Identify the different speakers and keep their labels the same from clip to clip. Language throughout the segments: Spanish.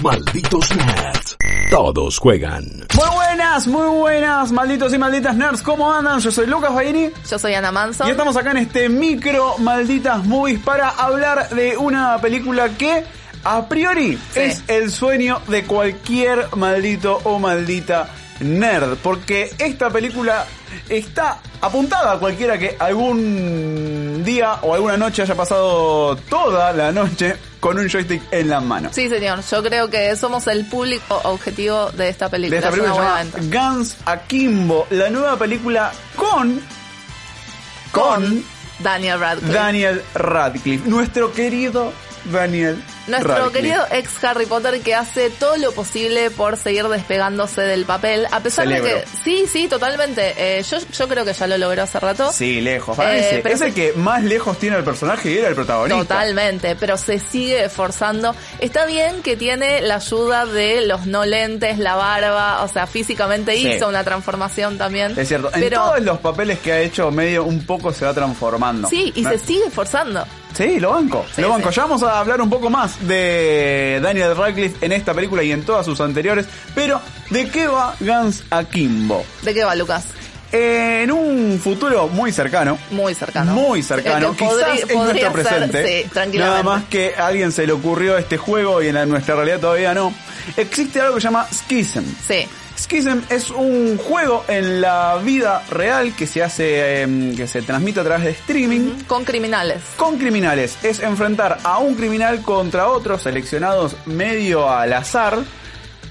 Speaker 1: Malditos nerds. Todos juegan.
Speaker 2: Muy buenas, muy buenas, malditos y malditas nerds. ¿Cómo andan? Yo soy Lucas Baini.
Speaker 3: Yo soy Ana Manson.
Speaker 2: Y estamos acá en este micro Malditas Movies para hablar de una película que a priori
Speaker 3: Sí.
Speaker 2: es el sueño de cualquier maldito o maldita nerd. Porque esta película está apuntada a cualquiera que algún día o alguna noche haya pasado toda la noche con un joystick en la mano.
Speaker 3: Sí, señor. Yo creo que somos el público objetivo de esta película.
Speaker 2: de esta
Speaker 3: Es
Speaker 2: película
Speaker 3: una buena
Speaker 2: llamada
Speaker 3: venta.
Speaker 2: Guns Akimbo, la nueva película con con
Speaker 3: Daniel Radcliffe.
Speaker 2: Daniel Radcliffe, nuestro querido Daniel
Speaker 3: Nuestro
Speaker 2: Radcliffe.
Speaker 3: querido ex Harry Potter que hace todo lo posible por seguir despegándose del papel, a pesar de
Speaker 2: Celebro.
Speaker 3: que... Sí, sí, totalmente. Eh, yo, yo creo que ya lo logró hace rato.
Speaker 2: Sí, lejos. Para mí
Speaker 3: Eh,
Speaker 2: sí.
Speaker 3: pero
Speaker 2: es el
Speaker 3: se-
Speaker 2: que más lejos tiene al personaje y era el protagonista.
Speaker 3: Totalmente, pero se sigue esforzando. Está bien que tiene la ayuda de los no lentes, la barba, o sea, físicamente
Speaker 2: Sí.
Speaker 3: hizo una transformación también.
Speaker 2: Es cierto. En
Speaker 3: pero
Speaker 2: todos los papeles que ha hecho, medio un poco se va transformando.
Speaker 3: sí, y
Speaker 2: ¿No?
Speaker 3: se sigue esforzando.
Speaker 2: Sí, lo banco.
Speaker 3: Sí,
Speaker 2: lo banco.
Speaker 3: sí.
Speaker 2: Ya vamos a hablar un poco más de Daniel Radcliffe en esta película y en todas sus anteriores. Pero, ¿de qué va Guns Akimbo?
Speaker 3: ¿De qué va, Lucas?
Speaker 2: En un futuro muy cercano,
Speaker 3: Muy cercano.
Speaker 2: Muy cercano.
Speaker 3: Eh, que podri-
Speaker 2: Quizás en nuestro
Speaker 3: podría ser,
Speaker 2: presente.
Speaker 3: sí,
Speaker 2: Nada
Speaker 3: tranquilamente.
Speaker 2: más que a alguien se le ocurrió este juego y en la- nuestra realidad todavía no. Existe algo que se llama Schism.
Speaker 3: Sí.
Speaker 2: Schism es un juego en la vida real que se hace, em, que se transmite a través de streaming.
Speaker 3: Con criminales.
Speaker 2: Con criminales es enfrentar a un criminal contra otros seleccionados medio al azar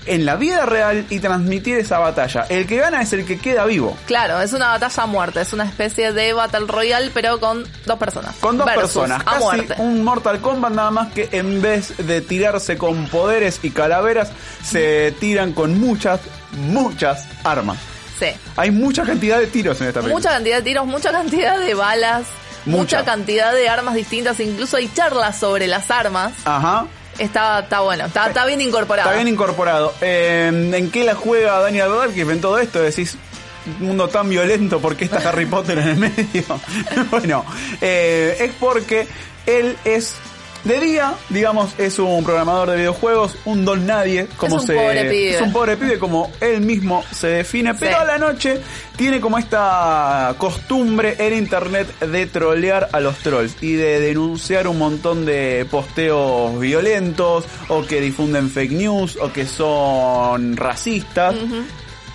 Speaker 2: en la vida real y transmitir esa batalla. El que gana es el que queda vivo.
Speaker 3: Claro, es una batalla a muerte, es una especie de Battle Royale, pero con dos personas.
Speaker 2: Con dos
Speaker 3: Versus,
Speaker 2: personas,
Speaker 3: A
Speaker 2: casi
Speaker 3: muerte.
Speaker 2: un Mortal Kombat nada más que en vez de tirarse con poderes y calaveras, se tiran con muchas, muchas armas.
Speaker 3: Sí.
Speaker 2: Hay mucha cantidad de tiros en esta película.
Speaker 3: Mucha cantidad de tiros, mucha cantidad de balas,
Speaker 2: Mucha.
Speaker 3: mucha cantidad de armas distintas, incluso hay charlas sobre las armas.
Speaker 2: Ajá.
Speaker 3: Está, está bueno, está, está bien incorporado.
Speaker 2: Está bien incorporado. Eh, ¿En qué la juega Daniel Radcliffe en todo esto? Decís, un mundo tan violento, ¿por qué está Harry Potter en el medio? bueno, eh, es porque él es... De día, digamos, es un programador de videojuegos, un don nadie, como
Speaker 3: un
Speaker 2: se
Speaker 3: pobre pibe.
Speaker 2: es un pobre pibe como él mismo se define, pero
Speaker 3: Sí.
Speaker 2: a la noche tiene como esta costumbre en internet de trolear a los trolls y de denunciar un montón de posteos violentos o que difunden fake news o que son racistas.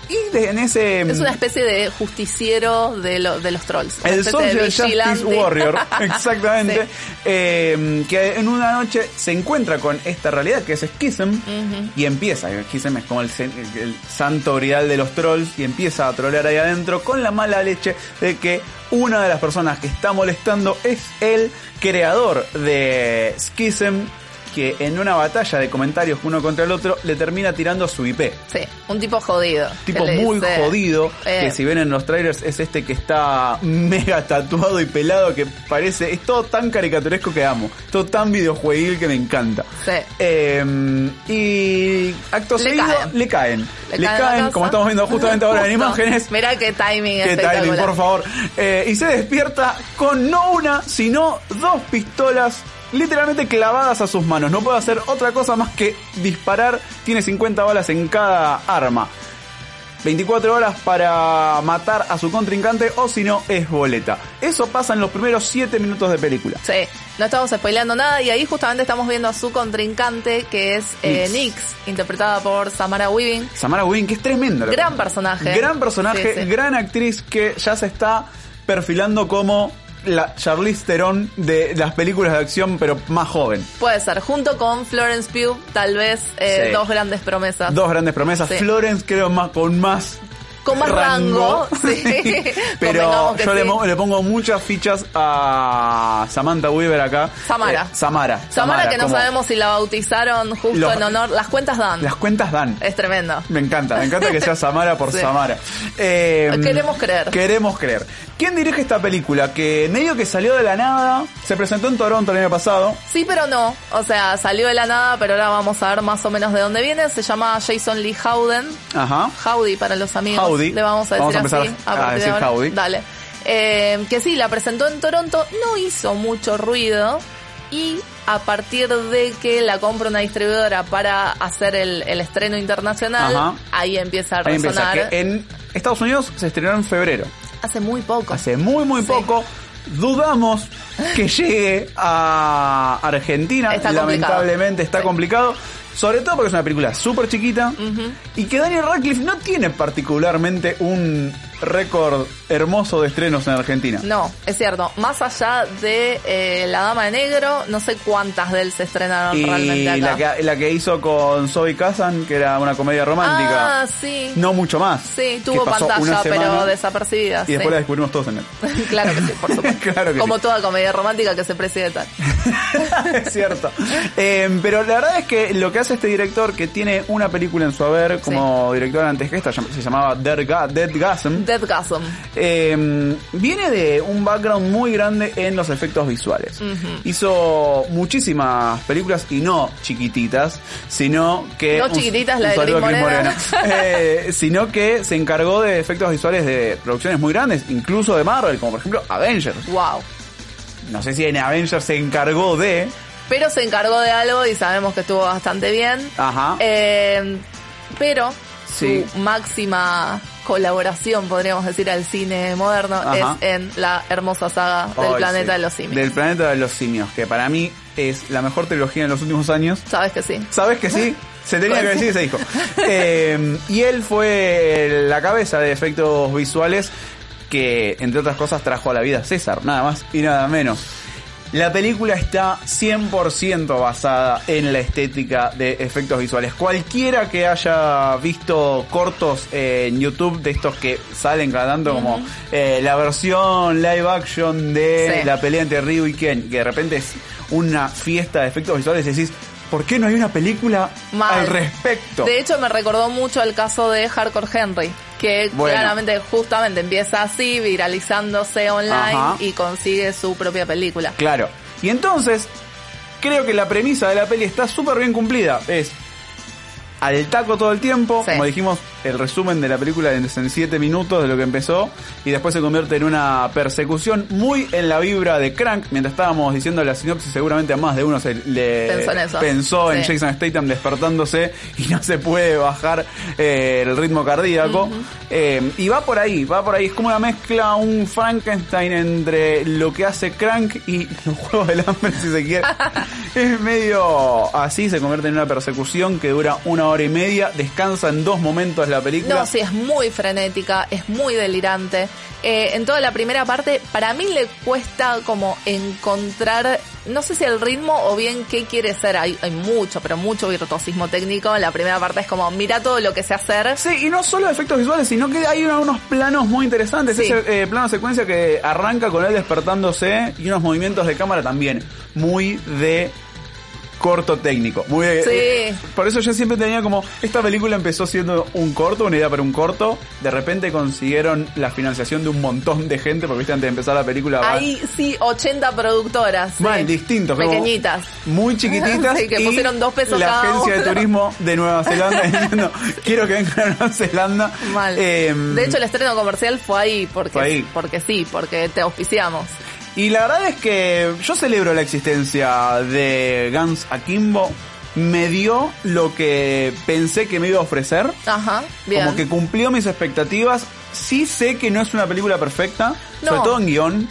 Speaker 2: Y de- en ese
Speaker 3: Es una especie de justiciero de, lo- de los trolls. Una
Speaker 2: el
Speaker 3: especie de
Speaker 2: Social Justice
Speaker 3: vigilante.
Speaker 2: Warrior, exactamente,
Speaker 3: Sí.
Speaker 2: eh, que en una noche se encuentra con esta realidad que es Schism y empieza, eh, Schism es como el, sen- el santo grial de los trolls y empieza a trolear ahí adentro con la mala leche de que una de las personas que está molestando es el creador de Schism que en una batalla de comentarios uno contra el otro le termina tirando su IP
Speaker 3: Sí, un tipo jodido.
Speaker 2: tipo
Speaker 3: que le
Speaker 2: muy
Speaker 3: dice-
Speaker 2: jodido,
Speaker 3: Eh.
Speaker 2: que si ven en los trailers es este que está mega tatuado y pelado, que parece, es todo tan caricaturesco que amo, todo tan videojueguil que me encanta.
Speaker 3: Sí.
Speaker 2: Eh, y acto
Speaker 3: Le
Speaker 2: seguido
Speaker 3: caen.
Speaker 2: le caen, le,
Speaker 3: cae
Speaker 2: caen,
Speaker 3: la casa.
Speaker 2: como estamos viendo justamente ahora en
Speaker 3: Justo.
Speaker 2: imágenes.
Speaker 3: Mirá qué timing
Speaker 2: Qué
Speaker 3: espectacular.
Speaker 2: timing, por favor. Eh, y se despierta con no una, sino dos pistolas literalmente clavadas a sus manos. No puede hacer otra cosa más que disparar. Tiene 50 balas en cada arma. 24 horas para matar a su contrincante o si no es boleta. Eso pasa en los primeros 7 minutos de película.
Speaker 3: Sí, no estamos spoileando nada y ahí justamente estamos viendo a su contrincante que es eh,
Speaker 2: Nyx.
Speaker 3: Nyx, interpretada por Samara Weaving.
Speaker 2: Samara Weaving, que es tremenda. la
Speaker 3: Gran
Speaker 2: persona.
Speaker 3: personaje.
Speaker 2: Gran personaje,
Speaker 3: Sí, sí.
Speaker 2: gran actriz que ya se está perfilando como la Charlize Theron de las películas de acción, pero más joven.
Speaker 3: Puede ser, junto con Florence Pugh, tal vez eh,
Speaker 2: Sí.
Speaker 3: dos grandes promesas.
Speaker 2: Dos grandes promesas.
Speaker 3: Sí.
Speaker 2: Florence creo más con más
Speaker 3: con más rango. sí.
Speaker 2: Pero
Speaker 3: Convengamos que
Speaker 2: yo le,
Speaker 3: sí.
Speaker 2: mo- le pongo muchas fichas a Samantha Weaver acá.
Speaker 3: Samara.
Speaker 2: Eh, Samara.
Speaker 3: Samara, que no
Speaker 2: como-
Speaker 3: sabemos si la bautizaron justo
Speaker 2: Los-
Speaker 3: en honor. Las cuentas dan.
Speaker 2: Las cuentas dan.
Speaker 3: Es tremendo.
Speaker 2: Me encanta, me encanta que sea Samara por
Speaker 3: Sí.
Speaker 2: Samara. Eh,
Speaker 3: Queremos creer.
Speaker 2: Queremos creer. ¿Quién dirige esta película? Que medio que salió de la nada, se presentó en Toronto el año pasado.
Speaker 3: Sí, pero no. O sea, salió de la nada, pero ahora vamos a ver más o menos de dónde viene. Se llama Jason Lee Howden.
Speaker 2: Ajá.
Speaker 3: Howdy para los amigos.
Speaker 2: Howdy.
Speaker 3: Le vamos a decir
Speaker 2: Vamos a empezar
Speaker 3: así.
Speaker 2: a
Speaker 3: partir de
Speaker 2: decir
Speaker 3: ahora.
Speaker 2: howdy.
Speaker 3: Dale. Eh, que sí, la presentó en Toronto. No hizo mucho ruido. Y a partir de que la compra una distribuidora para hacer el, el estreno internacional,
Speaker 2: Ajá.
Speaker 3: ahí empieza a
Speaker 2: Ahí empieza,
Speaker 3: resonar.
Speaker 2: que en Estados Unidos se estrenó en febrero.
Speaker 3: Hace muy poco.
Speaker 2: Hace muy, muy
Speaker 3: Sí.
Speaker 2: poco. Dudamos que llegue a Argentina.
Speaker 3: Está complicado.
Speaker 2: Lamentablemente está
Speaker 3: Sí.
Speaker 2: complicado. Sobre todo porque es una película súper chiquita. Y que Daniel Radcliffe no tiene particularmente un récord hermoso de estrenos en Argentina.
Speaker 3: No, es cierto. Más allá de eh, La Dama de Negro, no sé cuántas de él se estrenaron
Speaker 2: y
Speaker 3: realmente acá.
Speaker 2: la que, la que hizo con Zoe Kazan, que era una comedia romántica.
Speaker 3: Ah, sí.
Speaker 2: No mucho más.
Speaker 3: Sí,
Speaker 2: Que
Speaker 3: tuvo
Speaker 2: pasó
Speaker 3: pantalla,
Speaker 2: una semana
Speaker 3: pero desapercibida.
Speaker 2: Y después la descubrimos todos en él.
Speaker 3: sí. claro que sí, por supuesto.
Speaker 2: Claro que
Speaker 3: Como
Speaker 2: sí.
Speaker 3: toda comedia romántica que se preside tal.
Speaker 2: es cierto. Eh, pero la verdad es que lo que hace este director, que tiene una película en su haber como director antes que esta, llam- se llamaba Dead, Ga Dead Gasm,
Speaker 3: Dead Gasm.
Speaker 2: eh, viene de un background muy grande en los efectos visuales. Hizo muchísimas películas y no chiquititas, sino que...
Speaker 3: No
Speaker 2: un-
Speaker 3: chiquititas, la
Speaker 2: un
Speaker 3: de
Speaker 2: saludo
Speaker 3: Cris
Speaker 2: a Cris
Speaker 3: Morena.
Speaker 2: Morena. Eh, sino que se encargó de efectos visuales de producciones muy grandes, incluso de Marvel, como por ejemplo Avengers.
Speaker 3: Wow.
Speaker 2: No sé si en Avengers se encargó de...
Speaker 3: Pero se encargó de algo y sabemos que estuvo bastante bien.
Speaker 2: Ajá.
Speaker 3: Eh, pero
Speaker 2: Ah. Sí.
Speaker 3: su máxima colaboración, podríamos decir, al cine moderno
Speaker 2: Ajá.
Speaker 3: es en la hermosa saga del
Speaker 2: Ay,
Speaker 3: planeta
Speaker 2: sí.
Speaker 3: de los simios.
Speaker 2: Del planeta de los simios, que para mí es la mejor trilogía en los últimos años.
Speaker 3: Sabes que sí.
Speaker 2: ¿Sabes que sí? Se tenía que decir y se dijo. Eh, y él fue la cabeza de efectos visuales que, entre otras cosas, trajo a la vida a César, nada más y nada menos. La película está 100% basada en la estética de efectos visuales. Cualquiera que haya visto cortos en YouTube de estos que salen cantando como eh, la versión live action de
Speaker 3: Sí.
Speaker 2: la pelea entre Ryu y Ken, que de repente es una fiesta de efectos visuales y decís, ¿por qué no hay una película
Speaker 3: Mal.
Speaker 2: al respecto?
Speaker 3: De hecho, me recordó mucho el caso de Hardcore Henry, que
Speaker 2: Bueno.
Speaker 3: claramente justamente empieza así, viralizándose online
Speaker 2: Ajá.
Speaker 3: y consigue su propia película.
Speaker 2: Claro. Y entonces, creo que la premisa de la peli está súper bien cumplida. Es al taco todo el tiempo,
Speaker 3: Sí.
Speaker 2: como dijimos, el resumen de la película en 7 minutos de lo que empezó, y después se convierte en una persecución muy en la vibra de Crank. Mientras estábamos diciendo la sinopsis, seguramente a más de uno se le
Speaker 3: Pensó en eso.
Speaker 2: pensó en
Speaker 3: Sí.
Speaker 2: Jason Statham despertándose y no se puede bajar eh, el ritmo cardíaco. Eh, y va por ahí, va por ahí. Es como una mezcla, un Frankenstein entre lo que hace Crank y los juegos del hambre, si se quiere. es medio así, se convierte en una persecución que dura una hora y media. Descansa en dos momentos la película.
Speaker 3: No, sí, es muy frenética, es muy delirante. Eh, en toda la primera parte, para mí le cuesta como encontrar, no sé si el ritmo o bien qué quiere ser. Hay, hay mucho, pero mucho virtuosismo técnico. En la primera parte es como, mira todo lo que sé hacer.
Speaker 2: Sí, y no solo efectos visuales, sino que hay una- unos planos muy interesantes.
Speaker 3: Sí.
Speaker 2: Ese eh, plano secuencia que arranca con él despertándose y unos movimientos de cámara también. Muy de corto técnico. Muy de-
Speaker 3: Sí.
Speaker 2: eh, por eso yo siempre tenía como, esta película empezó siendo un corto, una idea para un corto. De repente consiguieron la financiación de un montón de gente, porque viste, antes de empezar la película... va-
Speaker 3: Hay, sí, 80 productoras. sí.
Speaker 2: Mal, distintos. como
Speaker 3: Pequeñitas.
Speaker 2: Muy chiquititas.
Speaker 3: Sí, que
Speaker 2: y
Speaker 3: pusieron dos pesos
Speaker 2: La
Speaker 3: cada
Speaker 2: agencia de
Speaker 3: uno.
Speaker 2: turismo de Nueva Zelanda diciendo, quiero que vengan a Nueva Zelanda.
Speaker 3: Mal.
Speaker 2: Em,
Speaker 3: de hecho, el estreno comercial fue ahí, porque,
Speaker 2: Fue ahí.
Speaker 3: porque sí, porque te auspiciamos.
Speaker 2: Y la verdad es que yo celebro la existencia de Guns Akimbo. Me dio lo que pensé que me iba a ofrecer.
Speaker 3: Ajá, bien.
Speaker 2: Como que cumplió mis expectativas. Sí sé que no es una película perfecta.
Speaker 3: No.
Speaker 2: Sobre todo en guión.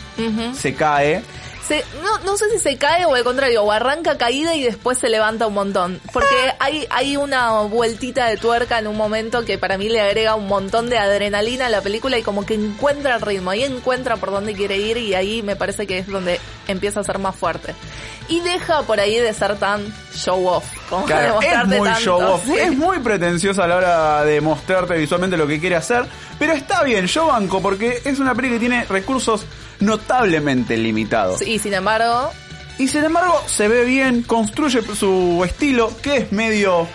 Speaker 2: Se cae.
Speaker 3: Se- no, no sé si se cae o al contrario, o arranca caída y después se levanta un montón. Porque hay, hay una vueltita de tuerca en un momento que para mí le agrega un montón de adrenalina a la película y como que encuentra el ritmo, ahí encuentra por dónde quiere ir y ahí me parece que es donde empieza a ser más fuerte. Y deja por ahí de ser tan show off, como de
Speaker 2: Claro, es
Speaker 3: mostrarte
Speaker 2: muy
Speaker 3: tanto,
Speaker 2: show off,
Speaker 3: sí.
Speaker 2: es muy pretenciosa a la hora de mostrarte visualmente lo que quiere hacer, pero está bien, yo banco, porque es una peli que tiene recursos notablemente limitados.
Speaker 3: Y sin embargo,
Speaker 2: Y sin embargo, se ve bien, construye su estilo, que es medio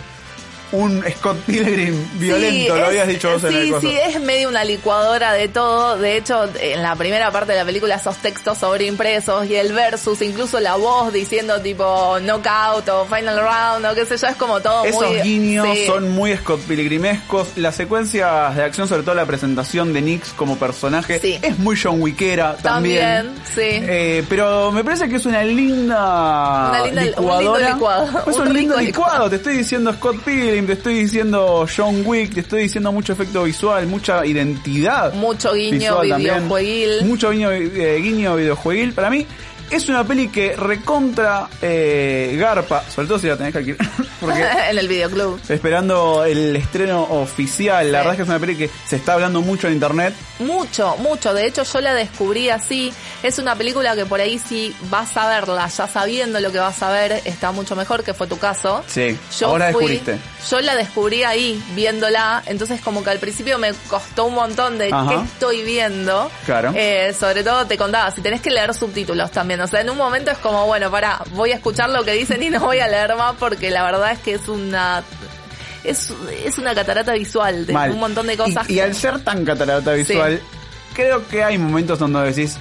Speaker 2: un Scott Pilgrim violento,
Speaker 3: Sí,
Speaker 2: lo
Speaker 3: es-
Speaker 2: habías dicho vos en el
Speaker 3: Sí,
Speaker 2: coso.
Speaker 3: sí, es medio una licuadora de todo. De hecho, en la primera parte de la película, esos textos sobreimpresos y el versus, incluso la voz diciendo tipo knockout o final round o qué sé yo, es como todo
Speaker 2: Esos
Speaker 3: muy.
Speaker 2: guiños
Speaker 3: sí.
Speaker 2: son muy Scott Pilgrimescos. Las secuencias de acción, sobre todo la presentación de Nix como personaje,
Speaker 3: Sí.
Speaker 2: es muy John Wickera también.
Speaker 3: También, sí.
Speaker 2: Eh, pero me parece que es una linda,
Speaker 3: Una linda- un lindo
Speaker 2: licuadora.
Speaker 3: licuado,
Speaker 2: Es
Speaker 3: un
Speaker 2: un, lindo
Speaker 3: rico
Speaker 2: licuado. Te estoy diciendo Scott Pilgrim, te estoy diciendo John Wick, te estoy diciendo mucho efecto visual, mucha identidad.
Speaker 3: Mucho guiño
Speaker 2: visual también.
Speaker 3: videojueguil.
Speaker 2: Mucho guiño, eh, guiño videojueguil. Para mí es una peli que recontra eh, garpa, sobre todo si la tenés que alquilar. Porque
Speaker 3: en el videoclub.
Speaker 2: esperando el estreno oficial. La
Speaker 3: Sí.
Speaker 2: verdad es que es una peli que se está hablando mucho en internet.
Speaker 3: Mucho, mucho. De hecho, yo la descubrí así. Es una película que por ahí sí vas a verla, ya sabiendo lo que vas a ver, está mucho mejor, que fue tu caso.
Speaker 2: Sí, ahora descubriste.
Speaker 3: Yo la descubrí ahí, viéndola. Entonces, como que al principio me costó un montón de
Speaker 2: Ajá.
Speaker 3: qué estoy viendo.
Speaker 2: Claro.
Speaker 3: Eh, sobre todo te contaba, si tenés que leer subtítulos también. O sea, en un momento es como, bueno, para, voy a escuchar lo que dicen y no voy a leer más porque la verdad es que es una. Es, es una catarata visual de
Speaker 2: Mal.
Speaker 3: un montón de cosas.
Speaker 2: Y, y
Speaker 3: que-
Speaker 2: al ser tan catarata visual, creo que hay momentos donde decís.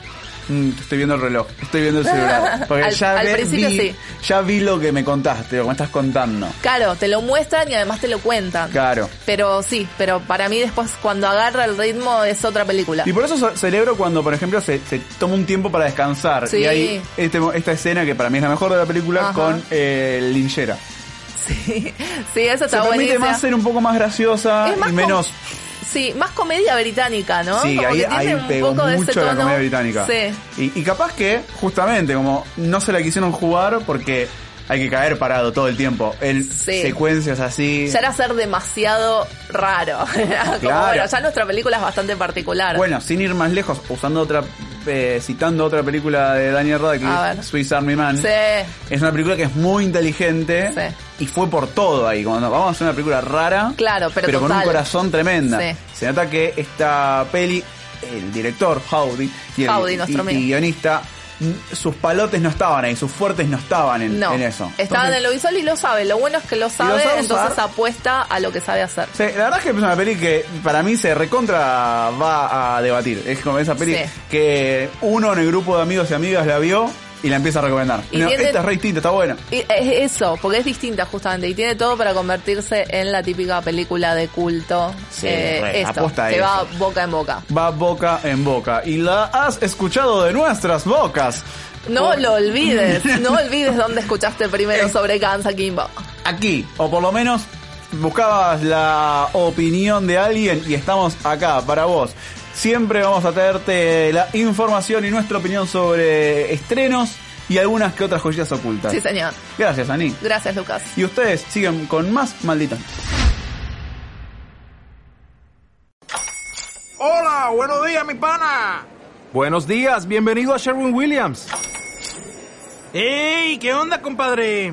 Speaker 2: "Mm, estoy viendo el reloj, estoy viendo el celular. Porque
Speaker 3: Al-
Speaker 2: ya,
Speaker 3: al
Speaker 2: ve-
Speaker 3: principio
Speaker 2: vi,
Speaker 3: sí.
Speaker 2: ya vi lo que me contaste, lo que me estás contando.
Speaker 3: Claro, te lo muestran y además te lo cuentan.
Speaker 2: Claro.
Speaker 3: Pero sí, pero para mí después cuando agarra el ritmo es otra película.
Speaker 2: Y por eso so- celebro cuando, por ejemplo, se, se toma un tiempo para descansar.
Speaker 3: Sí.
Speaker 2: Y hay este mo- esta escena que para mí es la mejor de la película
Speaker 3: Ajá.
Speaker 2: con eh, linchera.
Speaker 3: Sí, sí, eso
Speaker 2: Se
Speaker 3: está
Speaker 2: permite
Speaker 3: buenísimo.
Speaker 2: más ser un poco más graciosa
Speaker 3: Es más
Speaker 2: y menos
Speaker 3: Sí, más comedia británica, ¿no?
Speaker 2: Sí,
Speaker 3: Como
Speaker 2: ahí,
Speaker 3: que tiene
Speaker 2: ahí
Speaker 3: un
Speaker 2: pegó
Speaker 3: poco de ese
Speaker 2: mucho la
Speaker 3: tono.
Speaker 2: comedia británica.
Speaker 3: Sí.
Speaker 2: Y, y capaz que, justamente, como no se la quisieron jugar porque hay que caer parado todo el tiempo. En
Speaker 3: Sí.
Speaker 2: secuencias así.
Speaker 3: Ya era ser demasiado raro. Como,
Speaker 2: Claro.
Speaker 3: bueno, ya nuestra película es bastante particular.
Speaker 2: Bueno, sin ir más lejos, usando otra, eh, citando otra película de Daniel
Speaker 3: A
Speaker 2: Radcliffe,
Speaker 3: ver.
Speaker 2: Swiss Army Man.
Speaker 3: Sí.
Speaker 2: Es una película que es muy inteligente
Speaker 3: Sí.
Speaker 2: y fue por todo ahí. Como, no, vamos a hacer una película rara,
Speaker 3: Claro, pero
Speaker 2: con un
Speaker 3: total.
Speaker 2: corazón tremenda.
Speaker 3: Sí.
Speaker 2: Se nota que esta peli, el director Howdy y el
Speaker 3: Howdy, nuestro
Speaker 2: y-
Speaker 3: amigo.
Speaker 2: y guionista, n- sus palotes no estaban ahí, sus fuertes no estaban en,
Speaker 3: No.
Speaker 2: en eso.
Speaker 3: Estaba
Speaker 2: Entonces,
Speaker 3: en el visual y lo sabe. Lo bueno es que lo sabe,
Speaker 2: sabe
Speaker 3: entonces
Speaker 2: usar.
Speaker 3: apuesta a lo que sabe hacer.
Speaker 2: Sí, la verdad es que es una peli que para mí se recontra va a debatir. Es como esa peli
Speaker 3: Sí.
Speaker 2: que uno en el grupo de amigos y amigas la vio y la empieza a recomendar.
Speaker 3: Y
Speaker 2: No,
Speaker 3: tiene-
Speaker 2: Esta es re distinta, está buena.
Speaker 3: Y eh, es eso, porque es distinta justamente y tiene todo para convertirse en la típica película de culto.
Speaker 2: Sí,
Speaker 3: Eh,
Speaker 2: re,
Speaker 3: esto,
Speaker 2: aposta a
Speaker 3: que
Speaker 2: eso.
Speaker 3: va boca en boca.
Speaker 2: va boca en boca y la has escuchado de nuestras bocas.
Speaker 3: No
Speaker 2: Por-
Speaker 3: lo olvides, no olvides dónde escuchaste primero
Speaker 2: Eh.
Speaker 3: sobre Kansas Kimbo.
Speaker 2: Aquí, o por lo menos buscabas la opinión de alguien y estamos acá para vos. Siempre vamos a traerte la información y nuestra opinión sobre estrenos y algunas que otras joyas ocultas.
Speaker 3: Sí, señor.
Speaker 2: Gracias, Ani.
Speaker 3: Gracias, Lucas.
Speaker 2: Y ustedes siguen con más malditas.
Speaker 4: Hola, buenos días, mi pana.
Speaker 5: Buenos días, bienvenido a Sherwin Williams.
Speaker 4: ¡Ey! ¿Qué onda, compadre?